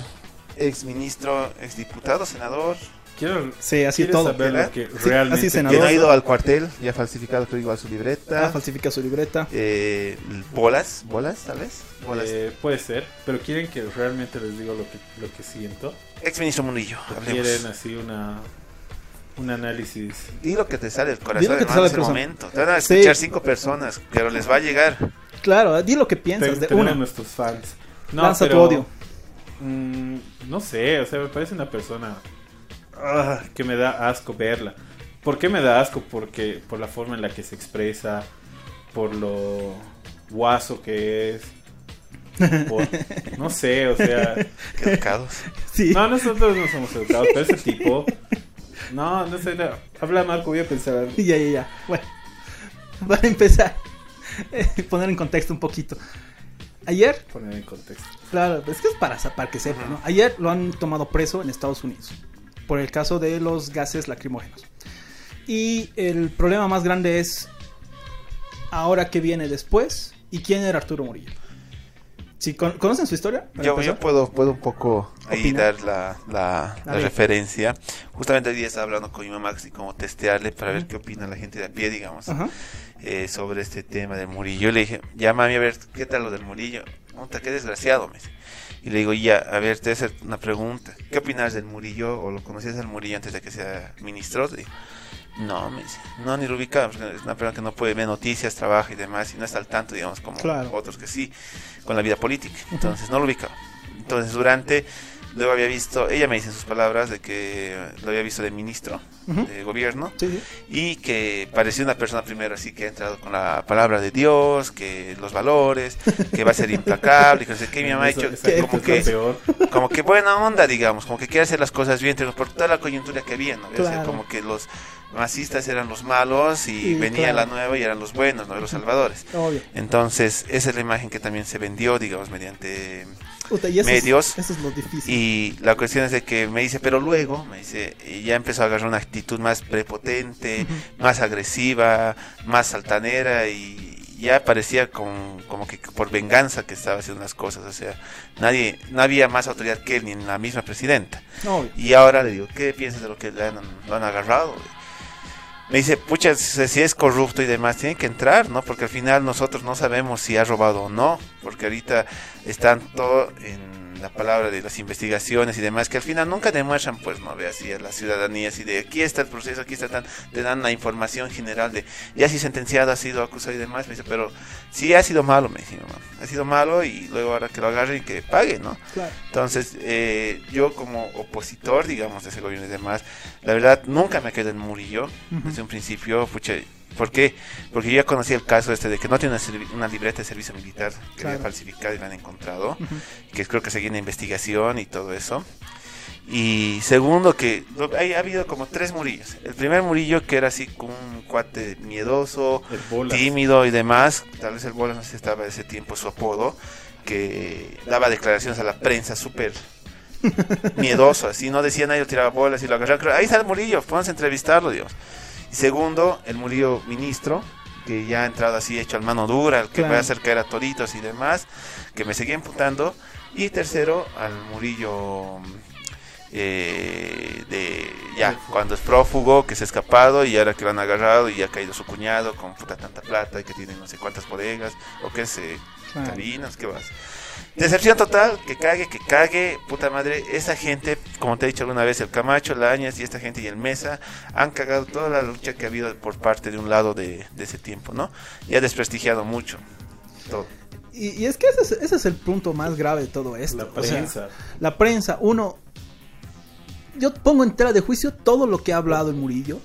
Speaker 5: ex ministro, ex diputado, senador
Speaker 7: Quiero,
Speaker 6: Sí, así
Speaker 7: ¿quieres
Speaker 6: todo,
Speaker 7: saber
Speaker 5: ¿verdad?
Speaker 7: lo que
Speaker 6: Sí,
Speaker 7: realmente
Speaker 6: así se
Speaker 5: Que no
Speaker 6: Senador.
Speaker 5: ha ido al cuartel y ha falsificado, creo, igual su
Speaker 6: Ah,
Speaker 5: libreta.
Speaker 6: falsifica su libreta.
Speaker 5: eh, bolas, bolas, tal vez. Bolas.
Speaker 7: Eh, puede ser, pero quieren que realmente les digo lo que, lo que siento.
Speaker 5: Ex ministro Murillo,
Speaker 7: ¿O
Speaker 5: hablemos.
Speaker 7: quieren así una un análisis.
Speaker 5: Di lo que te sale el
Speaker 6: Di
Speaker 5: corazón,
Speaker 6: lo que te
Speaker 5: hermano,
Speaker 6: sale
Speaker 5: es el
Speaker 6: el corazón.
Speaker 5: momento. Te van a
Speaker 6: Sí.
Speaker 5: escuchar cinco personas, pero les va a llegar.
Speaker 6: Claro, di lo que
Speaker 7: Ten-
Speaker 6: piensas de
Speaker 7: tenemos
Speaker 6: una.
Speaker 7: nuestros fans.
Speaker 6: Lanza tu
Speaker 7: pero,
Speaker 6: odio.
Speaker 7: mm, no sé, o sea, me parece una persona ah, que me da asco verla. ¿Por qué me da asco? Porque por la forma en la que se expresa, por lo guaso que es. por- no sé, o sea,
Speaker 5: Qué educados.
Speaker 6: Sí.
Speaker 7: No, nosotros no somos educados, pero ese tipo. No, no sé. no. Habla Marco, voy a pensar algo.
Speaker 6: Ya, ya, ya. Bueno, para empezar, eh, poner en contexto un poquito. Ayer,
Speaker 7: Poner en contexto.
Speaker 6: claro, es que es para, sa- para que sepa, ¿no? Ayer lo han tomado preso en Estados Unidos por el caso de los gases lacrimógenos. Y el problema más grande es ahora qué viene después y quién era Arturo Murillo. Si con- ¿Conocen su historia? Para
Speaker 5: Yo,
Speaker 6: empezar.
Speaker 5: yo puedo, puedo un poco ahí
Speaker 6: Opinar.
Speaker 5: dar la, la-
Speaker 6: pues A
Speaker 5: la
Speaker 6: ver.
Speaker 5: referencia. Justamente hoy día estaba hablando con mi mamá, así como testearle para ver qué opina la gente de a pie, digamos,
Speaker 6: Ajá.
Speaker 5: eh, sobre este tema del Murillo. Le dije, ya mami, a ver, ¿qué tal lo del Murillo? Puta, qué desgraciado, me dice. Y le digo, ya, a ver, te voy a hacer una pregunta. ¿Qué opinas del Murillo o lo conocías del Murillo antes de que sea ministro? Le digo, no, me dice, no, ni lo ubicaba, porque es una persona que no puede ver noticias, trabaja y demás, y no está al tanto, digamos, como
Speaker 6: Claro.
Speaker 5: otros que sí, con la vida política. Entonces, no lo ubicaba. Entonces, durante, luego había visto, ella me dice en sus palabras de que lo había visto de ministro
Speaker 6: Ujú.
Speaker 5: de gobierno,
Speaker 6: Sí, sí.
Speaker 5: y que parecía una persona primero así que ha entrado con la palabra de Dios, que los valores, que va a ser implacable, que no sé qué, y mi mamá ha
Speaker 7: Eso-
Speaker 5: hecho
Speaker 7: esa
Speaker 5: como
Speaker 7: gente es
Speaker 5: que,
Speaker 7: la peor.
Speaker 5: como que buena onda, digamos, como que quiere hacer las cosas bien, pero por toda la coyuntura que había, ¿no? O sea,
Speaker 6: Claro.
Speaker 5: como que los masistas eran los malos y
Speaker 6: Sí,
Speaker 5: venía
Speaker 6: claro.
Speaker 5: la nueva y eran los buenos, ¿no? Los salvadores.
Speaker 6: Obvio.
Speaker 5: Entonces, esa es la imagen que también se vendió, digamos, mediante
Speaker 6: Puta, y eso,
Speaker 5: Medios.
Speaker 6: Es, eso es lo difícil.
Speaker 5: y la cuestión es de que me dice, pero luego, me dice, y ya empezó a agarrar una actitud más prepotente, más agresiva, más altanera y ya parecía como, como que por venganza que estaba haciendo las cosas. O sea, nadie, no había más autoridad que él ni la misma presidenta.
Speaker 6: Obvio.
Speaker 5: Y ahora le digo, ¿qué piensas de lo que le han, lo han agarrado? Me dice, pucha, si si es corrupto y demás, tiene que entrar, ¿no? Porque al final nosotros no sabemos si ha robado o no, porque ahorita están todo en la palabra de las investigaciones y demás, que al final nunca demuestran, pues, no ve así a la ciudadanía, así de aquí está el proceso, aquí está tan, te dan la información general de ya si sentenciado ha sido acusado y demás, me dice, pero sí ha sido malo, me dice, mi mamá, ha sido malo y luego ahora que lo agarren y que pague, ¿no?
Speaker 6: Claro.
Speaker 5: Entonces, eh, yo como opositor, digamos, de ese gobierno y demás, la verdad nunca me quedé en Murillo desde un principio. Pucha, ¿Por qué? Porque yo ya conocí el caso este de que no tiene una, servi- una libreta de servicio militar que
Speaker 6: Claro.
Speaker 5: había falsificado y la han encontrado,
Speaker 6: Ujú.
Speaker 5: que creo que seguía en investigación y todo eso. Y segundo, que lo- hay- ha habido como tres Murillos. El primer Murillo que era así como un cuate miedoso,
Speaker 7: El bola.
Speaker 5: tímido y demás. Tal vez el Bolas no sé si estaba ese tiempo su apodo, que daba declaraciones a la prensa súper miedoso, así no decía nadie, tiraba bolas y lo agarraba. Creo, Ahí está el Murillo, vamos a entrevistarlo, Dios. Y segundo, el Murillo ministro, que ya ha entrado así hecho al mano dura, el que
Speaker 6: Claro.
Speaker 5: puede hacer caer a toritos y demás, que me seguía imputando. Y tercero, al Murillo eh, de ya cuando es prófugo que se ha escapado y ahora que lo han agarrado y ha caído su cuñado con puta tanta plata y que tiene no sé cuántas bodegas o que se
Speaker 6: Claro.
Speaker 5: cabinas que vas decepción total que cague que cague puta madre esa gente como te he dicho alguna vez el Camacho la Áñez y esta gente y el Mesa han cagado toda la lucha que ha habido por parte de un lado de, de ese tiempo no y ha desprestigiado mucho todo
Speaker 6: Y, y es que ese es, ese es el punto más grave de todo esto.
Speaker 7: La
Speaker 6: o sea,
Speaker 7: prensa.
Speaker 6: la prensa, uno. Yo pongo en tela de juicio todo lo que ha hablado el Murillo.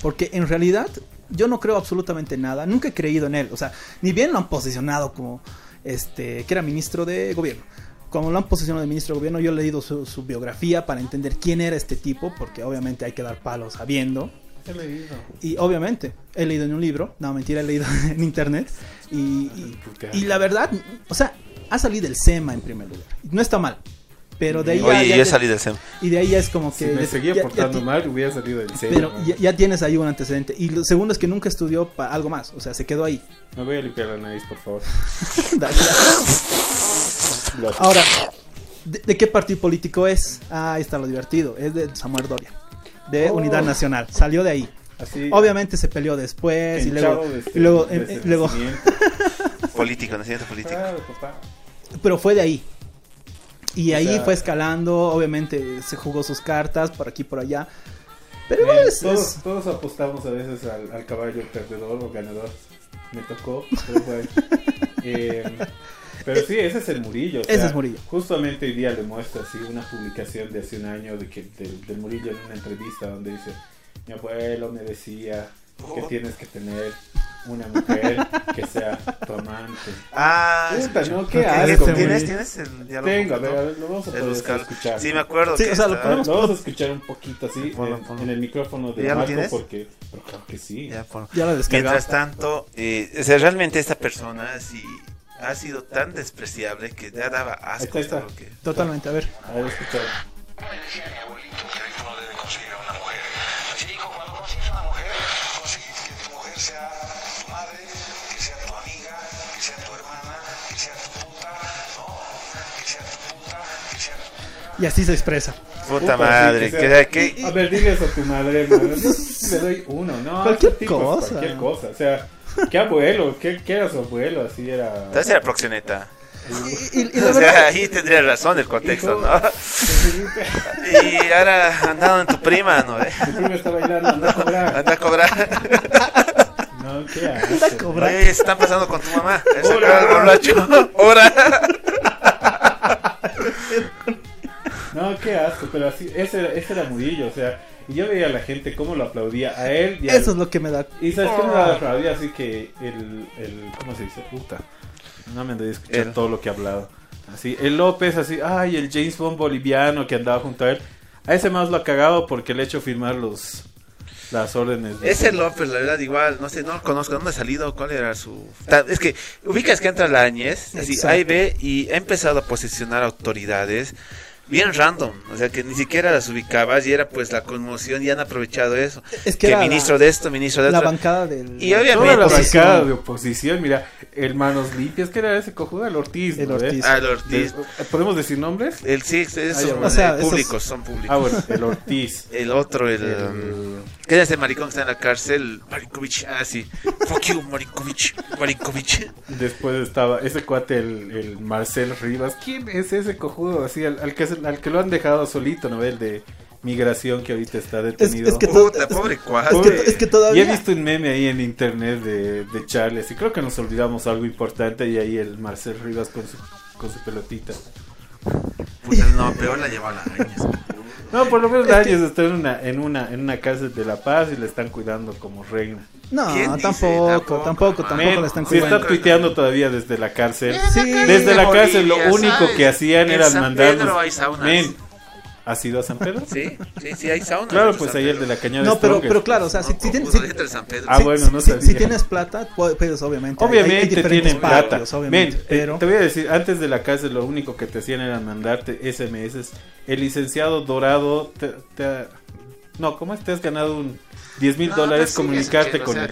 Speaker 6: Porque en realidad yo no creo absolutamente nada. Nunca he creído en él. O sea, ni bien lo han posicionado como. Este. Que era ministro de gobierno. Como lo han posicionado de ministro de gobierno, yo he leído su, su biografía para entender quién era este tipo. Porque obviamente hay que dar palos sabiendo.
Speaker 7: He leído.
Speaker 6: Y obviamente, he leído en un libro, no mentira, he leído en internet. Y, y- y la verdad, o sea, ha salido del SEMA en primer lugar. No está mal, pero de ahí, ya-
Speaker 5: oye
Speaker 6: ya
Speaker 5: yo
Speaker 6: te-
Speaker 5: salí del SEM
Speaker 6: y de ahí ya es como que.
Speaker 7: Si me
Speaker 6: ya-
Speaker 7: seguía
Speaker 6: ya- ya
Speaker 7: portando
Speaker 6: ti-
Speaker 7: mal, hubiera salido del serio.
Speaker 6: Pero ya, ya tienes ahí un antecedente. Y lo segundo es que nunca estudió pa- algo más, o sea, se quedó ahí.
Speaker 7: Me voy a limpiar la nariz, por favor.
Speaker 6: Dale, dale. Ahora, ¿de, de qué partido político es? Ah, ahí está lo divertido, es de Samuel Doria. de Unidad Nacional. Salió de ahí.
Speaker 7: Así,
Speaker 6: Obviamente se peleó después y luego,
Speaker 7: hinchado desde-
Speaker 6: y luego,
Speaker 7: desde
Speaker 6: eh, eh, luego-
Speaker 7: nacimiento.
Speaker 5: Político, nacimiento político.
Speaker 7: Claro, papá.
Speaker 6: pero fue de ahí. Y
Speaker 7: O
Speaker 6: ahí
Speaker 7: sea-
Speaker 6: fue escalando, obviamente se jugó sus cartas por aquí y por allá. Pero
Speaker 7: Eh,
Speaker 6: igual es-
Speaker 7: todos,
Speaker 6: es-
Speaker 7: todos apostamos a veces al, al caballo perdedor o ganador. Me tocó. pero bueno. Eh, pero sí, ese es el Murillo. o
Speaker 6: Ese
Speaker 7: sea,
Speaker 6: es Murillo.
Speaker 7: Justamente hoy día le muestra así una publicación de hace un año de que, del, del Murillo en una entrevista donde dice, mi abuelo me decía que
Speaker 5: Oh.
Speaker 7: tienes que tener una mujer que sea tu amante.
Speaker 5: Ah,
Speaker 7: Puta,
Speaker 5: escucha.
Speaker 7: ¿no? Qué
Speaker 5: ¿Tienes,
Speaker 7: asco, güey.
Speaker 5: ¿tienes, tienes el diálogo?
Speaker 7: Tengo, a ver,
Speaker 5: ¿no?
Speaker 7: a ver, lo vamos a
Speaker 5: El
Speaker 7: poder
Speaker 5: buscar-
Speaker 7: escuchar.
Speaker 5: Sí, me acuerdo.
Speaker 6: Sí,
Speaker 5: que
Speaker 6: o sea, lo
Speaker 5: está-
Speaker 7: Lo
Speaker 6: ponemos-
Speaker 7: vamos a escuchar un poquito así
Speaker 5: Ponlo,
Speaker 7: en,
Speaker 5: ponlo.
Speaker 7: en el micrófono de
Speaker 5: ¿Ya lo
Speaker 7: Marco
Speaker 5: tienes?
Speaker 7: porque pero claro que sí.
Speaker 5: Ya, por-
Speaker 6: ya lo descargaba.
Speaker 5: Mientras tanto, eh, o sea, realmente esta persona sí ha sido tan despreciable que ya daba asco
Speaker 7: Ahí
Speaker 5: hasta
Speaker 7: está, ahí
Speaker 5: lo
Speaker 7: está.
Speaker 5: que...
Speaker 6: Totalmente, a ver.
Speaker 7: A ver, escuchar.
Speaker 8: decía mi abuelito que ahorita no debe conseguir a una mujer. Así dijo, cuando consigues una mujer, consigue que tu mujer sea tu madre, que sea tu amiga, que sea tu hermana, que sea tu puta, ¿no? Que sea tu puta, que sea tu...
Speaker 6: Y así se expresa.
Speaker 5: Puta
Speaker 7: Puta,
Speaker 5: madre,
Speaker 7: sí, que
Speaker 5: que
Speaker 7: sea-
Speaker 5: que-
Speaker 7: A ver, diles a tu madre, hermano. Yo le doy uno, ¿no?
Speaker 6: Cualquier
Speaker 7: este tipo es
Speaker 6: cosa.
Speaker 7: Cualquier cosa. O sea, ¿qué abuelo? ¿Qué, qué era su abuelo? Así era.
Speaker 5: Entonces era proxeneta.
Speaker 6: Y- y- y la
Speaker 5: O sea,
Speaker 6: verdad-
Speaker 5: ahí tendría razón el contexto,
Speaker 7: Hijo.
Speaker 5: ¿no? Y ahora andando en tu prima, ¿no? Eh,
Speaker 7: Mi primo está bailando, anda a cobrar.
Speaker 5: Anda a cobrar.
Speaker 7: No, ¿qué haces?
Speaker 6: cobrar.
Speaker 5: Oye, se están pasando con tu mamá. Es el borracho. Ahora.
Speaker 7: No, qué asco, pero así, ese, era- ese era Murillo, o sea, y yo veía a la gente cómo lo aplaudía a él y a
Speaker 6: Eso es lo que me da.
Speaker 7: Y sabes que me daba rabia, así que el, el. ¿Cómo se dice? Puta. No me han de escuchar
Speaker 5: El-
Speaker 7: todo lo que he hablado. Así, el López, así, ay, el James Bond boliviano que andaba junto a él. A ese más lo ha cagado porque le ha hecho firmar los las órdenes. de-
Speaker 5: Ese López, la verdad, igual, no sé, no lo conozco, ¿dónde ha salido? ¿Cuál era su...? Ta- Es que, ubicas que entra la Añez, así,
Speaker 6: Exacto.
Speaker 5: ahí ve, y ha empezado a posicionar autoridades bien random, o sea, que ni siquiera las ubicabas, y era pues la conmoción, y han aprovechado eso.
Speaker 6: Es que
Speaker 5: Que
Speaker 6: era
Speaker 5: ministro
Speaker 6: la,
Speaker 5: de esto, ministro de
Speaker 6: la
Speaker 5: otro.
Speaker 6: bancada del.
Speaker 5: Y
Speaker 7: Toda la
Speaker 5: obviamente, pues,
Speaker 6: oposición.
Speaker 7: bancada de oposición, mira, hermanos limpias, que era ese cojudo, el Ortiz.
Speaker 6: El
Speaker 7: ¿no, eh?
Speaker 6: Ortiz.
Speaker 5: al Ortiz,
Speaker 7: De- ¿Podemos decir nombres?
Speaker 5: el sí, esos
Speaker 7: ya,
Speaker 5: son,
Speaker 6: o sea,
Speaker 5: eh,
Speaker 6: esos-
Speaker 5: públicos, son públicos.
Speaker 7: Ah, bueno, el Ortiz.
Speaker 5: El otro, el... um,
Speaker 7: El-
Speaker 5: ¿Qué es ese maricón que está en la cárcel? Marinkovic, ah, sí. Fuck you, Marinkovic, Marinkovic.
Speaker 7: Después estaba ese cuate, el, el Marcel Rivas. ¿Quién es ese cojudo? Así, al, al que, se- al que lo han dejado solito, ¿no? El de migración que ahorita está detenido.
Speaker 6: es que to-
Speaker 5: Puta, pobre cuadro.
Speaker 7: Pobre.
Speaker 6: es que- es que todavía-
Speaker 7: Y he visto un meme ahí en internet de, de Charles. Y creo que nos olvidamos algo importante. Y ahí el Marcel Rivas con su, con su pelotita.
Speaker 5: Puta, no, peor la llevó a la araña.
Speaker 7: No, por lo menos Darius está en una, en, una, en una cárcel de La Paz y la están cuidando como reina.
Speaker 6: No,
Speaker 5: ¿Quién dice? Ah,
Speaker 6: tampoco,
Speaker 5: Tampoco,
Speaker 6: tampoco, tampoco,
Speaker 5: man.
Speaker 7: Men,
Speaker 6: la están
Speaker 7: se
Speaker 6: jugando.
Speaker 7: está tuiteando todavía desde la cárcel.
Speaker 6: Sí,
Speaker 7: Desde la
Speaker 5: Bolivia,
Speaker 7: cárcel lo único
Speaker 5: ¿sabes?
Speaker 7: que hacían
Speaker 5: En
Speaker 7: era
Speaker 5: San Pedro hay
Speaker 7: mandarnos.
Speaker 5: saunas.
Speaker 7: Men, ¿has ido a San Pedro?
Speaker 5: Sí, sí, sí, hay sauna.
Speaker 7: Claro, pues ahí el de la cañada
Speaker 6: No, pero,
Speaker 7: Stronger.
Speaker 6: pero claro, o sea, si, si
Speaker 5: pues,
Speaker 6: tienes. si-
Speaker 7: Ah,
Speaker 6: si-
Speaker 7: bueno,
Speaker 6: si-
Speaker 7: no
Speaker 6: si-
Speaker 7: sabía.
Speaker 6: si tienes plata, pu- puedes, obviamente. hay- hay
Speaker 7: Obviamente
Speaker 6: diferentes
Speaker 7: tienen
Speaker 6: patios,
Speaker 7: plata.
Speaker 6: obviamente,
Speaker 7: Men, eh,
Speaker 6: pero.
Speaker 7: te voy a decir, antes de la cárcel lo único que te hacían era mandarte SMS. El licenciado Dorado, te, te- no, ¿cómo es? Te has ganado un 10 mil
Speaker 5: pues
Speaker 7: dólares comunicarte con él.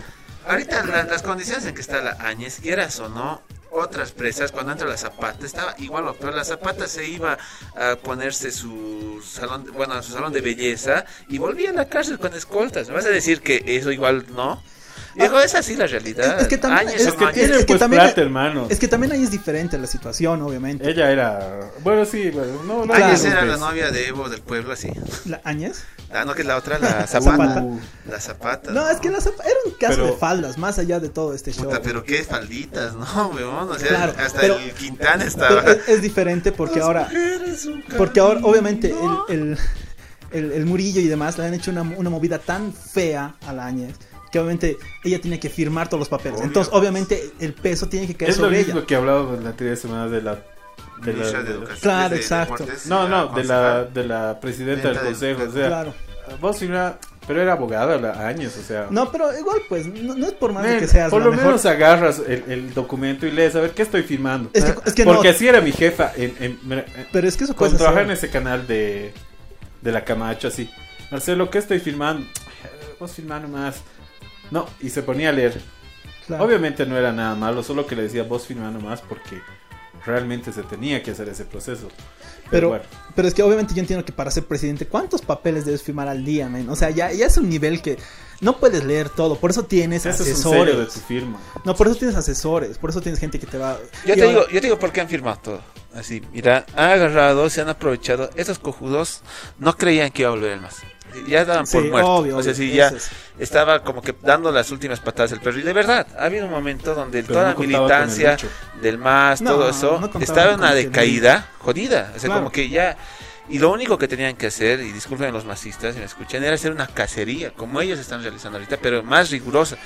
Speaker 5: Ahorita la- las condiciones en que está la Áñez, quieras o no, otras presas, cuando entra la Zapata, estaba igual o peor. La Zapata se iba a ponerse su salón, de- bueno, a su salón de belleza y volvía a la cárcel con escoltas. ¿Me vas a decir que eso igual no? Digo, es así la realidad.
Speaker 6: Ah, Es que también-
Speaker 5: Áñez
Speaker 6: es
Speaker 5: o
Speaker 6: que
Speaker 5: no Áñez.
Speaker 7: Tienen
Speaker 6: que
Speaker 7: pues
Speaker 6: también-
Speaker 7: plata, hermano.
Speaker 6: Es que también ahí es diferente la situación, obviamente.
Speaker 7: Ella era... Bueno, sí, bueno, no, no
Speaker 6: Claro.
Speaker 5: Áñez
Speaker 7: hablamos
Speaker 5: era
Speaker 7: de
Speaker 5: la
Speaker 7: eso.
Speaker 5: novia de Evo del pueblo, así.
Speaker 7: Eh.
Speaker 6: ¿La Áñez?
Speaker 5: Ah, no, que es la otra, la
Speaker 6: Zapata.
Speaker 5: Zapata. La Zapata.
Speaker 6: No, es que la zapa- era un caso
Speaker 7: Pero-
Speaker 6: de faldas, más allá de todo este show.
Speaker 5: Puta, pues, pero qué falditas, ¿no, weón? O sea,
Speaker 6: Claro,
Speaker 5: hasta
Speaker 6: pero-
Speaker 5: el Quintana
Speaker 6: Pero
Speaker 5: estaba.
Speaker 6: eh, es, es diferente porque ahora. Porque ahora, obviamente, el, el, el- el Murillo y demás le han hecho una, una movida tan fea a la Áñez que obviamente ella tiene que firmar todos los papeles.
Speaker 5: Obvio.
Speaker 6: Entonces, obviamente, el peso tiene que caer
Speaker 7: Es lo
Speaker 6: sobre ella.
Speaker 7: mismo que hablábamos la anterior semana de la... de la-
Speaker 5: Ministra de
Speaker 7: de la-
Speaker 5: Educación,
Speaker 6: Claro,
Speaker 5: de
Speaker 6: exacto.
Speaker 5: Deportes,
Speaker 7: No, no, de la,
Speaker 5: concejal.
Speaker 7: de la presidenta del
Speaker 5: Presidenta del-
Speaker 7: consejo. O sea,
Speaker 6: Claro.
Speaker 7: vos sí era- pero era abogada la- años, o sea.
Speaker 6: No, pero igual, pues, no, no es por más de
Speaker 7: Men,
Speaker 6: que seas
Speaker 7: Eh, por
Speaker 6: la
Speaker 7: lo
Speaker 6: mejor.
Speaker 7: menos agarras el, el documento y lees a ver qué estoy firmando.
Speaker 6: Es que- es que
Speaker 7: Porque
Speaker 6: no.
Speaker 7: así era mi jefa. En, en- mira, en-
Speaker 6: Pero es que eso puede
Speaker 7: cuando trabajaba en
Speaker 6: ser.
Speaker 7: ese canal de, de la Camacho, así. Marcelo, ¿qué estoy firmando? Eh, Vos firmar nomás. No, y se ponía a leer.
Speaker 6: claro.
Speaker 7: Obviamente no era nada malo, solo que le decía vos firmar nomás porque realmente se tenía que hacer ese proceso.
Speaker 6: Pero,
Speaker 7: bueno,
Speaker 6: pero es que obviamente yo entiendo que para ser presidente, ¿cuántos papeles debes firmar al día, men? O sea, ya, ya es un nivel que no puedes leer todo, por eso tienes
Speaker 7: ese es un
Speaker 6: asesores.
Speaker 7: sello de tu firma.
Speaker 6: No, por eso tienes asesores, por eso tienes gente que te va...
Speaker 5: Yo
Speaker 6: y
Speaker 5: te,
Speaker 6: ahora-
Speaker 5: digo, yo te digo por qué han firmado todo. Así, mira, han agarrado, se han aprovechado. Estos cojudos no creían que iba a volver el más. Ya daban por
Speaker 6: Sí,
Speaker 5: muerto.
Speaker 6: obvio,
Speaker 5: o sea,
Speaker 6: obvio,
Speaker 5: sí,
Speaker 6: ese
Speaker 5: ya
Speaker 6: es.
Speaker 5: estaba como que dando las últimas patadas del perro. Y de verdad, ha habido un momento donde
Speaker 7: Pero
Speaker 5: toda
Speaker 7: no
Speaker 5: la
Speaker 7: contaba con el
Speaker 5: militancia
Speaker 7: bicho.
Speaker 5: del MAS,
Speaker 6: No,
Speaker 5: todo eso,
Speaker 6: no contaban
Speaker 5: estaba en
Speaker 6: con
Speaker 5: una
Speaker 6: el
Speaker 5: decaída jodida. O sea,
Speaker 6: Claro.
Speaker 5: como que ya. Y lo único que tenían que hacer, y disculpen los masistas si me escuchan, era hacer una cacería, como ellos están realizando ahorita, pero más rigurosa.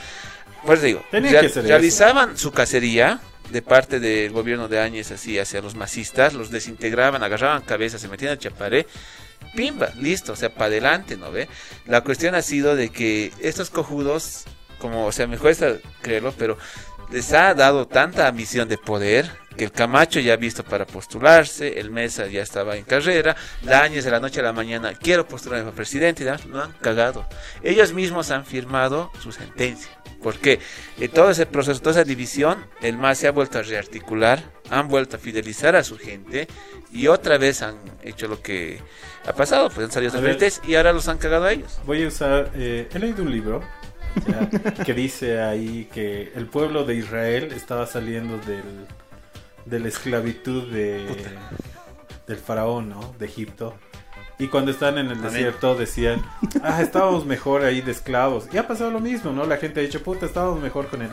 Speaker 5: Pues digo,
Speaker 7: Tenía
Speaker 5: real-
Speaker 7: que ser eso.
Speaker 5: realizaban su cacería de parte del gobierno de Áñez así hacia los masistas, los desintegraban, agarraban cabezas, se metían al chaparé, pimba, listo, o sea, para adelante, ¿no ve? La cuestión ha sido de que estos cojudos, como, o sea, me cuesta creerlo, pero les ha dado tanta ambición de poder que el Camacho ya ha visto para postularse, el Mesa ya estaba en carrera, la Áñez de la noche a la mañana, quiero postularme para presidente, y demás, lo han cagado. Ellos mismos han firmado su sentencia. ¿Por qué? En todo ese proceso, toda esa división, el MAS se ha vuelto a rearticular, han vuelto a fidelizar a su gente y otra vez han hecho lo que ha pasado, pues han salido
Speaker 7: A
Speaker 5: sus
Speaker 7: ver.
Speaker 5: frentes y ahora los han cagado a ellos.
Speaker 7: Voy a usar. eh, he leído un libro ya, que dice ahí que el pueblo de Israel estaba saliendo del, de la esclavitud de, del faraón, ¿no? De Egipto. Y cuando estaban en el
Speaker 5: Amén.
Speaker 7: desierto decían, ah, estábamos mejor ahí de esclavos. Y ha pasado lo mismo, ¿no? La gente ha dicho, puta, estábamos mejor con el,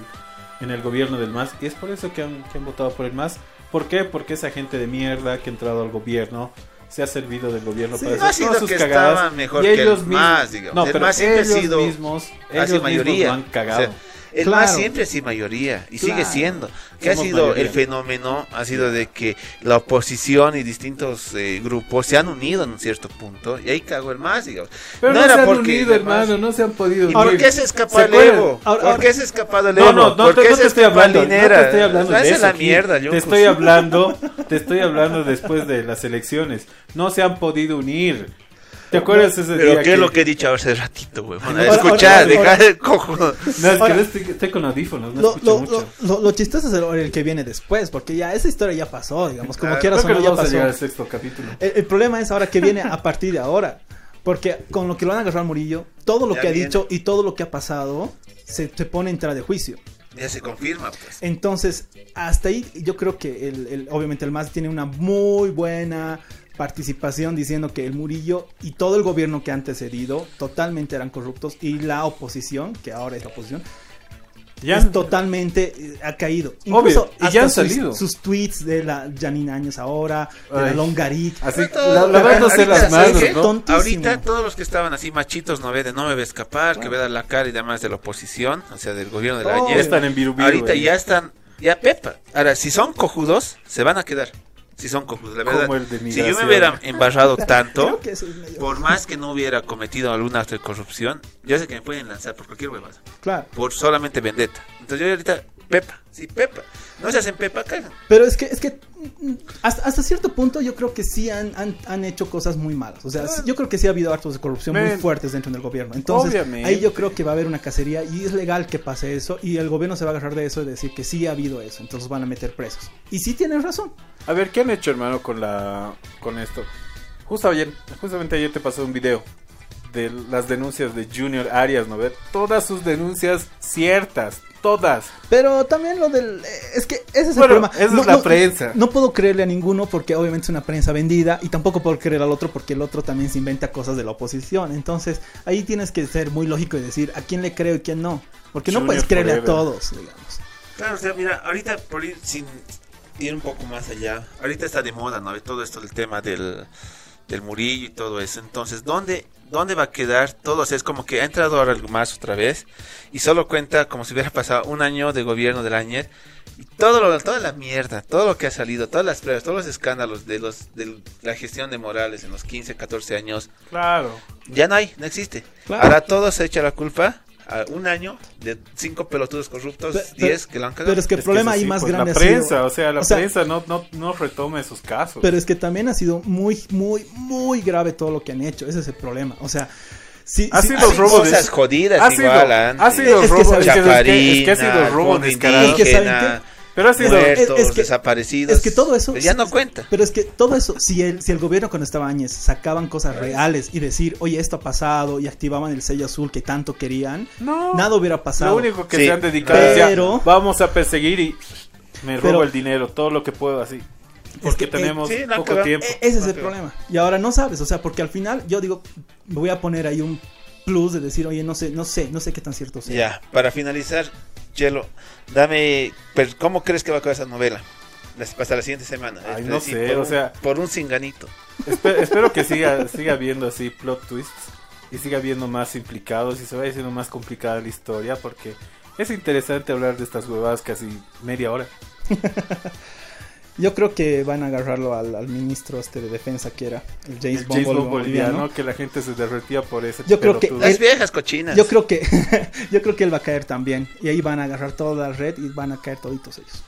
Speaker 7: en el gobierno del MAS. Y es por eso que han, que han votado por el MAS. ¿Por qué? Porque esa gente de mierda que ha entrado al gobierno se ha servido del gobierno
Speaker 5: Sí,
Speaker 7: para
Speaker 5: no ha
Speaker 7: hacer todas
Speaker 5: sido
Speaker 7: sus
Speaker 5: que
Speaker 7: cagadas.
Speaker 5: estaban mejor
Speaker 7: y
Speaker 5: que el
Speaker 7: ellos mismos,
Speaker 5: MAS, digamos.
Speaker 7: No,
Speaker 5: El
Speaker 7: pero
Speaker 5: MAS siempre ha
Speaker 7: ellos
Speaker 5: sido
Speaker 7: mismos,
Speaker 5: hacia
Speaker 7: ellos mismos
Speaker 5: Ah, mayoría.
Speaker 7: lo han cagado.
Speaker 5: O sea, El
Speaker 6: Claro.
Speaker 5: más siempre sí mayoría y sigue
Speaker 6: Claro.
Speaker 5: siendo. Que ha
Speaker 7: Somos
Speaker 5: sido
Speaker 7: mayoría.
Speaker 5: el fenómeno, ha sido de que la oposición y distintos eh, grupos se han unido en un cierto punto y ahí cagó el más, digamos.
Speaker 7: pero no,
Speaker 5: era
Speaker 7: se han
Speaker 5: porque
Speaker 7: unido,
Speaker 5: el MAS-
Speaker 7: hermano, no se han podido
Speaker 5: ¿Y
Speaker 7: unir.
Speaker 5: por qué se escapó
Speaker 7: ¿Se
Speaker 5: el
Speaker 7: acuerdan?
Speaker 5: Evo?
Speaker 6: Ahora-
Speaker 5: ¿Por
Speaker 6: ahora-
Speaker 5: qué se escapó el Evo?
Speaker 7: No, no, no,
Speaker 5: ¿Por
Speaker 7: te,
Speaker 5: qué
Speaker 7: no
Speaker 5: se
Speaker 7: te estoy
Speaker 5: escapó
Speaker 7: hablando.
Speaker 5: el
Speaker 7: No
Speaker 5: Linera?
Speaker 7: te estoy hablando de
Speaker 5: Váyanse
Speaker 7: eso.
Speaker 5: Ah, la
Speaker 7: Gil.
Speaker 5: mierda, yo
Speaker 7: te estoy hablando, te estoy hablando después de las elecciones. No se han podido unir. ¿Te acuerdas ese
Speaker 5: Pero
Speaker 7: día?
Speaker 5: qué es lo que he dicho hace ratito, güey.
Speaker 6: ahora-
Speaker 5: Escuchá,
Speaker 6: ahora-
Speaker 5: deja
Speaker 6: ahora-
Speaker 5: el cojo.
Speaker 7: No, es que
Speaker 6: Ahora-
Speaker 7: no estoy, estoy con audífonos, no
Speaker 6: Lo,
Speaker 7: escucho
Speaker 6: lo,
Speaker 7: mucho.
Speaker 6: lo, lo- lo chistoso es el, el que viene después, porque ya esa historia ya pasó, digamos, como
Speaker 5: Claro,
Speaker 6: quieras
Speaker 7: Creo
Speaker 6: o
Speaker 7: que
Speaker 6: no,
Speaker 7: no
Speaker 6: ya
Speaker 7: vamos a
Speaker 6: pasó.
Speaker 7: llegar al sexto capítulo.
Speaker 6: El, el problema es ahora que viene a partir de ahora. Porque con lo que lo han agarrado Murillo, todo lo
Speaker 5: Ya
Speaker 6: que ha
Speaker 5: viene.
Speaker 6: dicho y todo lo que ha pasado se, se pone en tela de juicio.
Speaker 5: Ya se confirma, pues.
Speaker 6: Entonces, hasta ahí yo creo que el, el- obviamente el MAS tiene una muy buena participación diciendo que el Murillo y todo el gobierno que han antecedido totalmente eran corruptos y la oposición, que ahora es la oposición,
Speaker 7: Ya,
Speaker 6: es totalmente eh, ha caído. Incluso
Speaker 7: y ya
Speaker 6: hasta
Speaker 7: han
Speaker 6: sus,
Speaker 7: salido.
Speaker 6: sus tweets de la Janine Áñez ahora, de la
Speaker 7: Ay.
Speaker 6: Longarit.
Speaker 7: así,
Speaker 5: Todo-
Speaker 7: la-
Speaker 5: ahorita,
Speaker 7: lavándose
Speaker 5: ¿eh?
Speaker 7: las
Speaker 5: ¿sabes
Speaker 7: manos,
Speaker 5: qué?
Speaker 7: ¿no?
Speaker 6: Tontísimo.
Speaker 5: Ahorita todos los que estaban así machitos, no ve de no me ve escapar, que vea la cara y demás de la oposición, o sea, del gobierno de la
Speaker 6: Oh.
Speaker 7: Ah. Ya
Speaker 5: Añez,
Speaker 7: están en Virubiru.
Speaker 5: Ahorita
Speaker 7: eh.
Speaker 5: ya están, ya Pepa. Ahora, si son cojudos, se van a quedar. Si son cojudos, la
Speaker 7: Como
Speaker 5: verdad.
Speaker 7: el de
Speaker 5: Si yo me
Speaker 7: migración.
Speaker 5: hubiera embarrado
Speaker 6: Creo
Speaker 5: tanto,
Speaker 6: que eso es medio-
Speaker 5: por más que no hubiera cometido algún acto de corrupción, yo sé que me pueden lanzar por cualquier huevada.
Speaker 6: Claro.
Speaker 5: Por solamente vendetta. Entonces yo ahorita, Pepa, sí, Pepa. No se hacen Pepa, cagan.
Speaker 6: Pero es que, es que mm, mm, hasta, hasta cierto punto yo creo que sí han, han, han hecho cosas muy malas. O sea, sí- yo creo que sí ha habido actos de corrupción muy
Speaker 7: Men.
Speaker 6: fuertes dentro del gobierno. Entonces,
Speaker 7: Obviamente.
Speaker 6: ahí yo creo que va a haber una cacería y es legal que pase eso y el gobierno se va a agarrar de eso y decir que sí ha habido eso. Entonces van a meter presos. Y sí tienen razón.
Speaker 7: A ver, ¿qué han hecho, hermano, con la con esto? Justo ayer, justamente ayer te pasé un video de las denuncias de Junior Arias, ¿no? ve? Todas sus denuncias ciertas, todas.
Speaker 6: Pero también lo del... eh, Es que ese es
Speaker 7: Bueno,
Speaker 6: el problema.
Speaker 7: esa es la prensa.
Speaker 6: No puedo creerle a ninguno porque obviamente es una prensa vendida y tampoco puedo creer al otro porque el otro también se inventa cosas de la oposición. Entonces ahí tienes que ser muy lógico y decir a quién le creo y quién no. Porque no
Speaker 7: Junior
Speaker 6: puedes creerle a
Speaker 7: forever.
Speaker 6: todos, digamos.
Speaker 5: Claro, o sea, mira, ahorita por ir sin ir un poco más allá, ahorita está de moda, ¿no? Todo esto del tema del, del Murillo y todo eso. Entonces, ¿dónde, ¿dónde va a quedar todo? O sea, es como que ha entrado ahora el más otra vez y solo cuenta como si hubiera pasado un año de gobierno del Añer. Y todo lo, toda la mierda, todo lo que ha salido, todas las pruebas, todos los escándalos de los de la gestión de Morales en los 15, 14 años,
Speaker 7: Claro.
Speaker 5: ya no hay, no existe.
Speaker 6: Claro.
Speaker 5: Ahora todo se echa la culpa a un año de cinco pelotudos corruptos,
Speaker 6: Pe- pe-
Speaker 5: 10 que lo han cagado.
Speaker 6: Pero es que el problema ahí
Speaker 7: sí,
Speaker 6: más
Speaker 7: pues,
Speaker 6: grande
Speaker 7: La
Speaker 6: ha sido-
Speaker 7: prensa, o sea, la
Speaker 6: o sea,
Speaker 7: prensa no, no, no retoma esos casos.
Speaker 6: Pero es que también ha sido muy, muy, muy grave todo lo que han hecho. Ese es el problema. O sea, sí,
Speaker 7: Ha
Speaker 6: sí-
Speaker 7: sido
Speaker 6: sí-
Speaker 5: Hay
Speaker 7: robo de-
Speaker 5: cosas jodidas
Speaker 7: ha sido,
Speaker 5: igual
Speaker 7: ha
Speaker 5: antes.
Speaker 6: Es
Speaker 7: sido
Speaker 6: que
Speaker 7: robo,
Speaker 6: sabes-
Speaker 7: es que, es que- es que
Speaker 5: Chaparina,
Speaker 7: ha sido robo
Speaker 5: fondo
Speaker 7: descarado.
Speaker 6: Es que saben
Speaker 5: indígena,
Speaker 7: Pero ha sido.
Speaker 6: Bueno.
Speaker 5: muertos,
Speaker 6: es que-
Speaker 5: desaparecidos.
Speaker 6: es que todo eso-
Speaker 5: Pues ya no cuenta.
Speaker 6: Pero es que todo eso, si el, si el gobierno con Estabañez sacaban cosas reales y decir, oye, esto ha pasado y activaban el sello azul que tanto querían,
Speaker 7: No.
Speaker 6: nada hubiera pasado.
Speaker 7: Lo único que
Speaker 5: Sí.
Speaker 7: se han dedicado es ya,
Speaker 6: Pero-
Speaker 7: vamos a perseguir y me robo
Speaker 6: Pero-
Speaker 7: el dinero, todo lo que puedo así. Porque
Speaker 6: que, eh,
Speaker 7: tenemos
Speaker 5: sí, no,
Speaker 7: poco
Speaker 5: claro.
Speaker 7: tiempo.
Speaker 6: E- ese es el
Speaker 5: Rápido.
Speaker 6: problema. Y ahora no sabes, o sea, porque al final yo digo, me voy a poner ahí un plus de decir, oye, no sé, no sé, no sé qué tan cierto sea.
Speaker 5: Ya, para finalizar, Chelo, dame. pero ¿Cómo crees que va a acabar esa novela? Las- Hasta la siguiente semana.
Speaker 7: Ay,
Speaker 5: Es
Speaker 7: no
Speaker 5: decir,
Speaker 7: sé,
Speaker 5: por
Speaker 7: o
Speaker 5: un-
Speaker 7: sea-
Speaker 5: Por un cinganito.
Speaker 7: Espe- espero que siga, siga habiendo así plot twists y siga habiendo más implicados y se vaya haciendo más complicada la historia porque es interesante hablar de estas huevadas casi media hora.
Speaker 6: Yo creo que van a agarrarlo al, al ministro este de defensa que era, el James,
Speaker 7: el
Speaker 6: Bond
Speaker 7: James
Speaker 6: boliviano.
Speaker 7: Bond boliviano que la gente se derretía por ese
Speaker 6: Yo creo que-
Speaker 7: pelotudo.
Speaker 5: Las viejas cochinas.
Speaker 6: Yo creo que yo creo que él va a caer también y ahí van a agarrar toda la red y van a caer toditos ellos.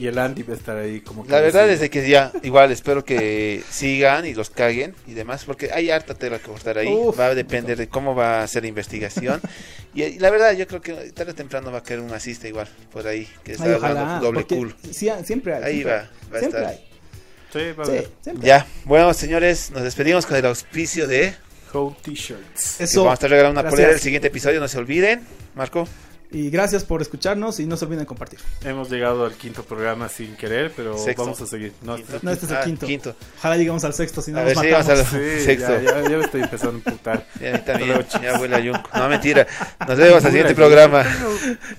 Speaker 7: y el Andy va a estar ahí como que
Speaker 5: La verdad
Speaker 7: así.
Speaker 5: es de que ya, igual espero que sigan y los caguen y demás, porque hay harta tela que cortar ahí.
Speaker 6: Uf.
Speaker 5: va a depender de cómo va a ser la investigación. y, y la verdad, yo creo que tarde o temprano va a caer un asista igual por ahí, que está
Speaker 6: Ay,
Speaker 5: dando doble
Speaker 6: porque
Speaker 5: culo.
Speaker 6: sí, ah, siempre hay.
Speaker 5: Ahí
Speaker 6: siempre
Speaker 5: va,
Speaker 6: hay,
Speaker 5: va a
Speaker 6: siempre
Speaker 5: estar.
Speaker 6: hay.
Speaker 7: Sí, va a
Speaker 6: Sí,
Speaker 7: haber
Speaker 6: siempre hay.
Speaker 5: Ya, bueno, señores, nos despedimos con el auspicio de.
Speaker 7: Home T-shirts.
Speaker 5: y
Speaker 6: Eso.
Speaker 5: vamos a estar regalando una
Speaker 6: Gracias.
Speaker 5: polera el siguiente episodio, no se olviden. Marco,
Speaker 6: Y gracias por escucharnos y no se olviden de compartir.
Speaker 7: Hemos llegado al quinto programa sin querer, pero
Speaker 5: Sexto.
Speaker 7: vamos a seguir. No,
Speaker 5: Quinto.
Speaker 6: No, este es el
Speaker 5: Ah,
Speaker 6: quinto.
Speaker 5: quinto.
Speaker 6: Ojalá llegamos al sexto, si no
Speaker 5: A
Speaker 6: nos
Speaker 5: ver si llegamos
Speaker 6: matamos.
Speaker 5: al
Speaker 7: sí,
Speaker 5: sexto.
Speaker 7: ya, ya, ya me estoy empezando a putar.
Speaker 5: Y a mí también, ya huele a yunco. No, mentira. Nos vemos al siguiente programa.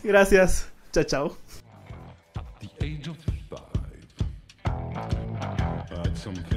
Speaker 6: Gracias. Chao, chao.
Speaker 4: the age of five. I had something